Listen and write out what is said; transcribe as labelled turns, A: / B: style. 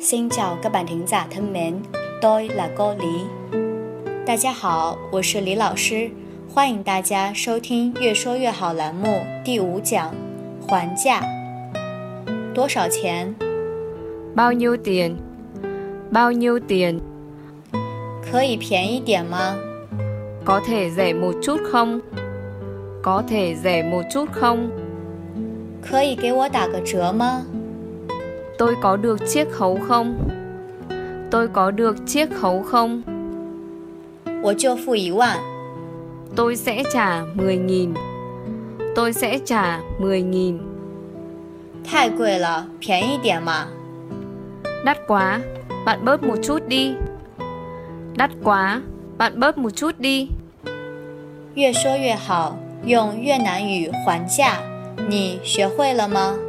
A: xin chào các bạn thính giả thân mến, tôi là cô Lý. 大家好，我是李老师，欢迎大家收听《越说越好》栏目第五讲，还价。多少钱？
B: Bao nhiêu tiền? Bao nhiêu tiền?
A: 可以便宜点吗？
B: Có thể rẻ một chút không? Có thể rẻ một chút không?
A: 可以给我打个折吗？
B: Tôi có được chiếc khấu không? Tôi có được chiếc khấu không?
A: 我就付一万，
B: Tôi sẽ trả 10.000. Tôi sẽ trả 10.000.
A: 太贵了，便宜点嘛。
B: Đắt quá, bạn bớt một chút đi. Đắt quá, bạn bớt một chút đi.
A: 越说越好，用越南语还价，你学会了吗？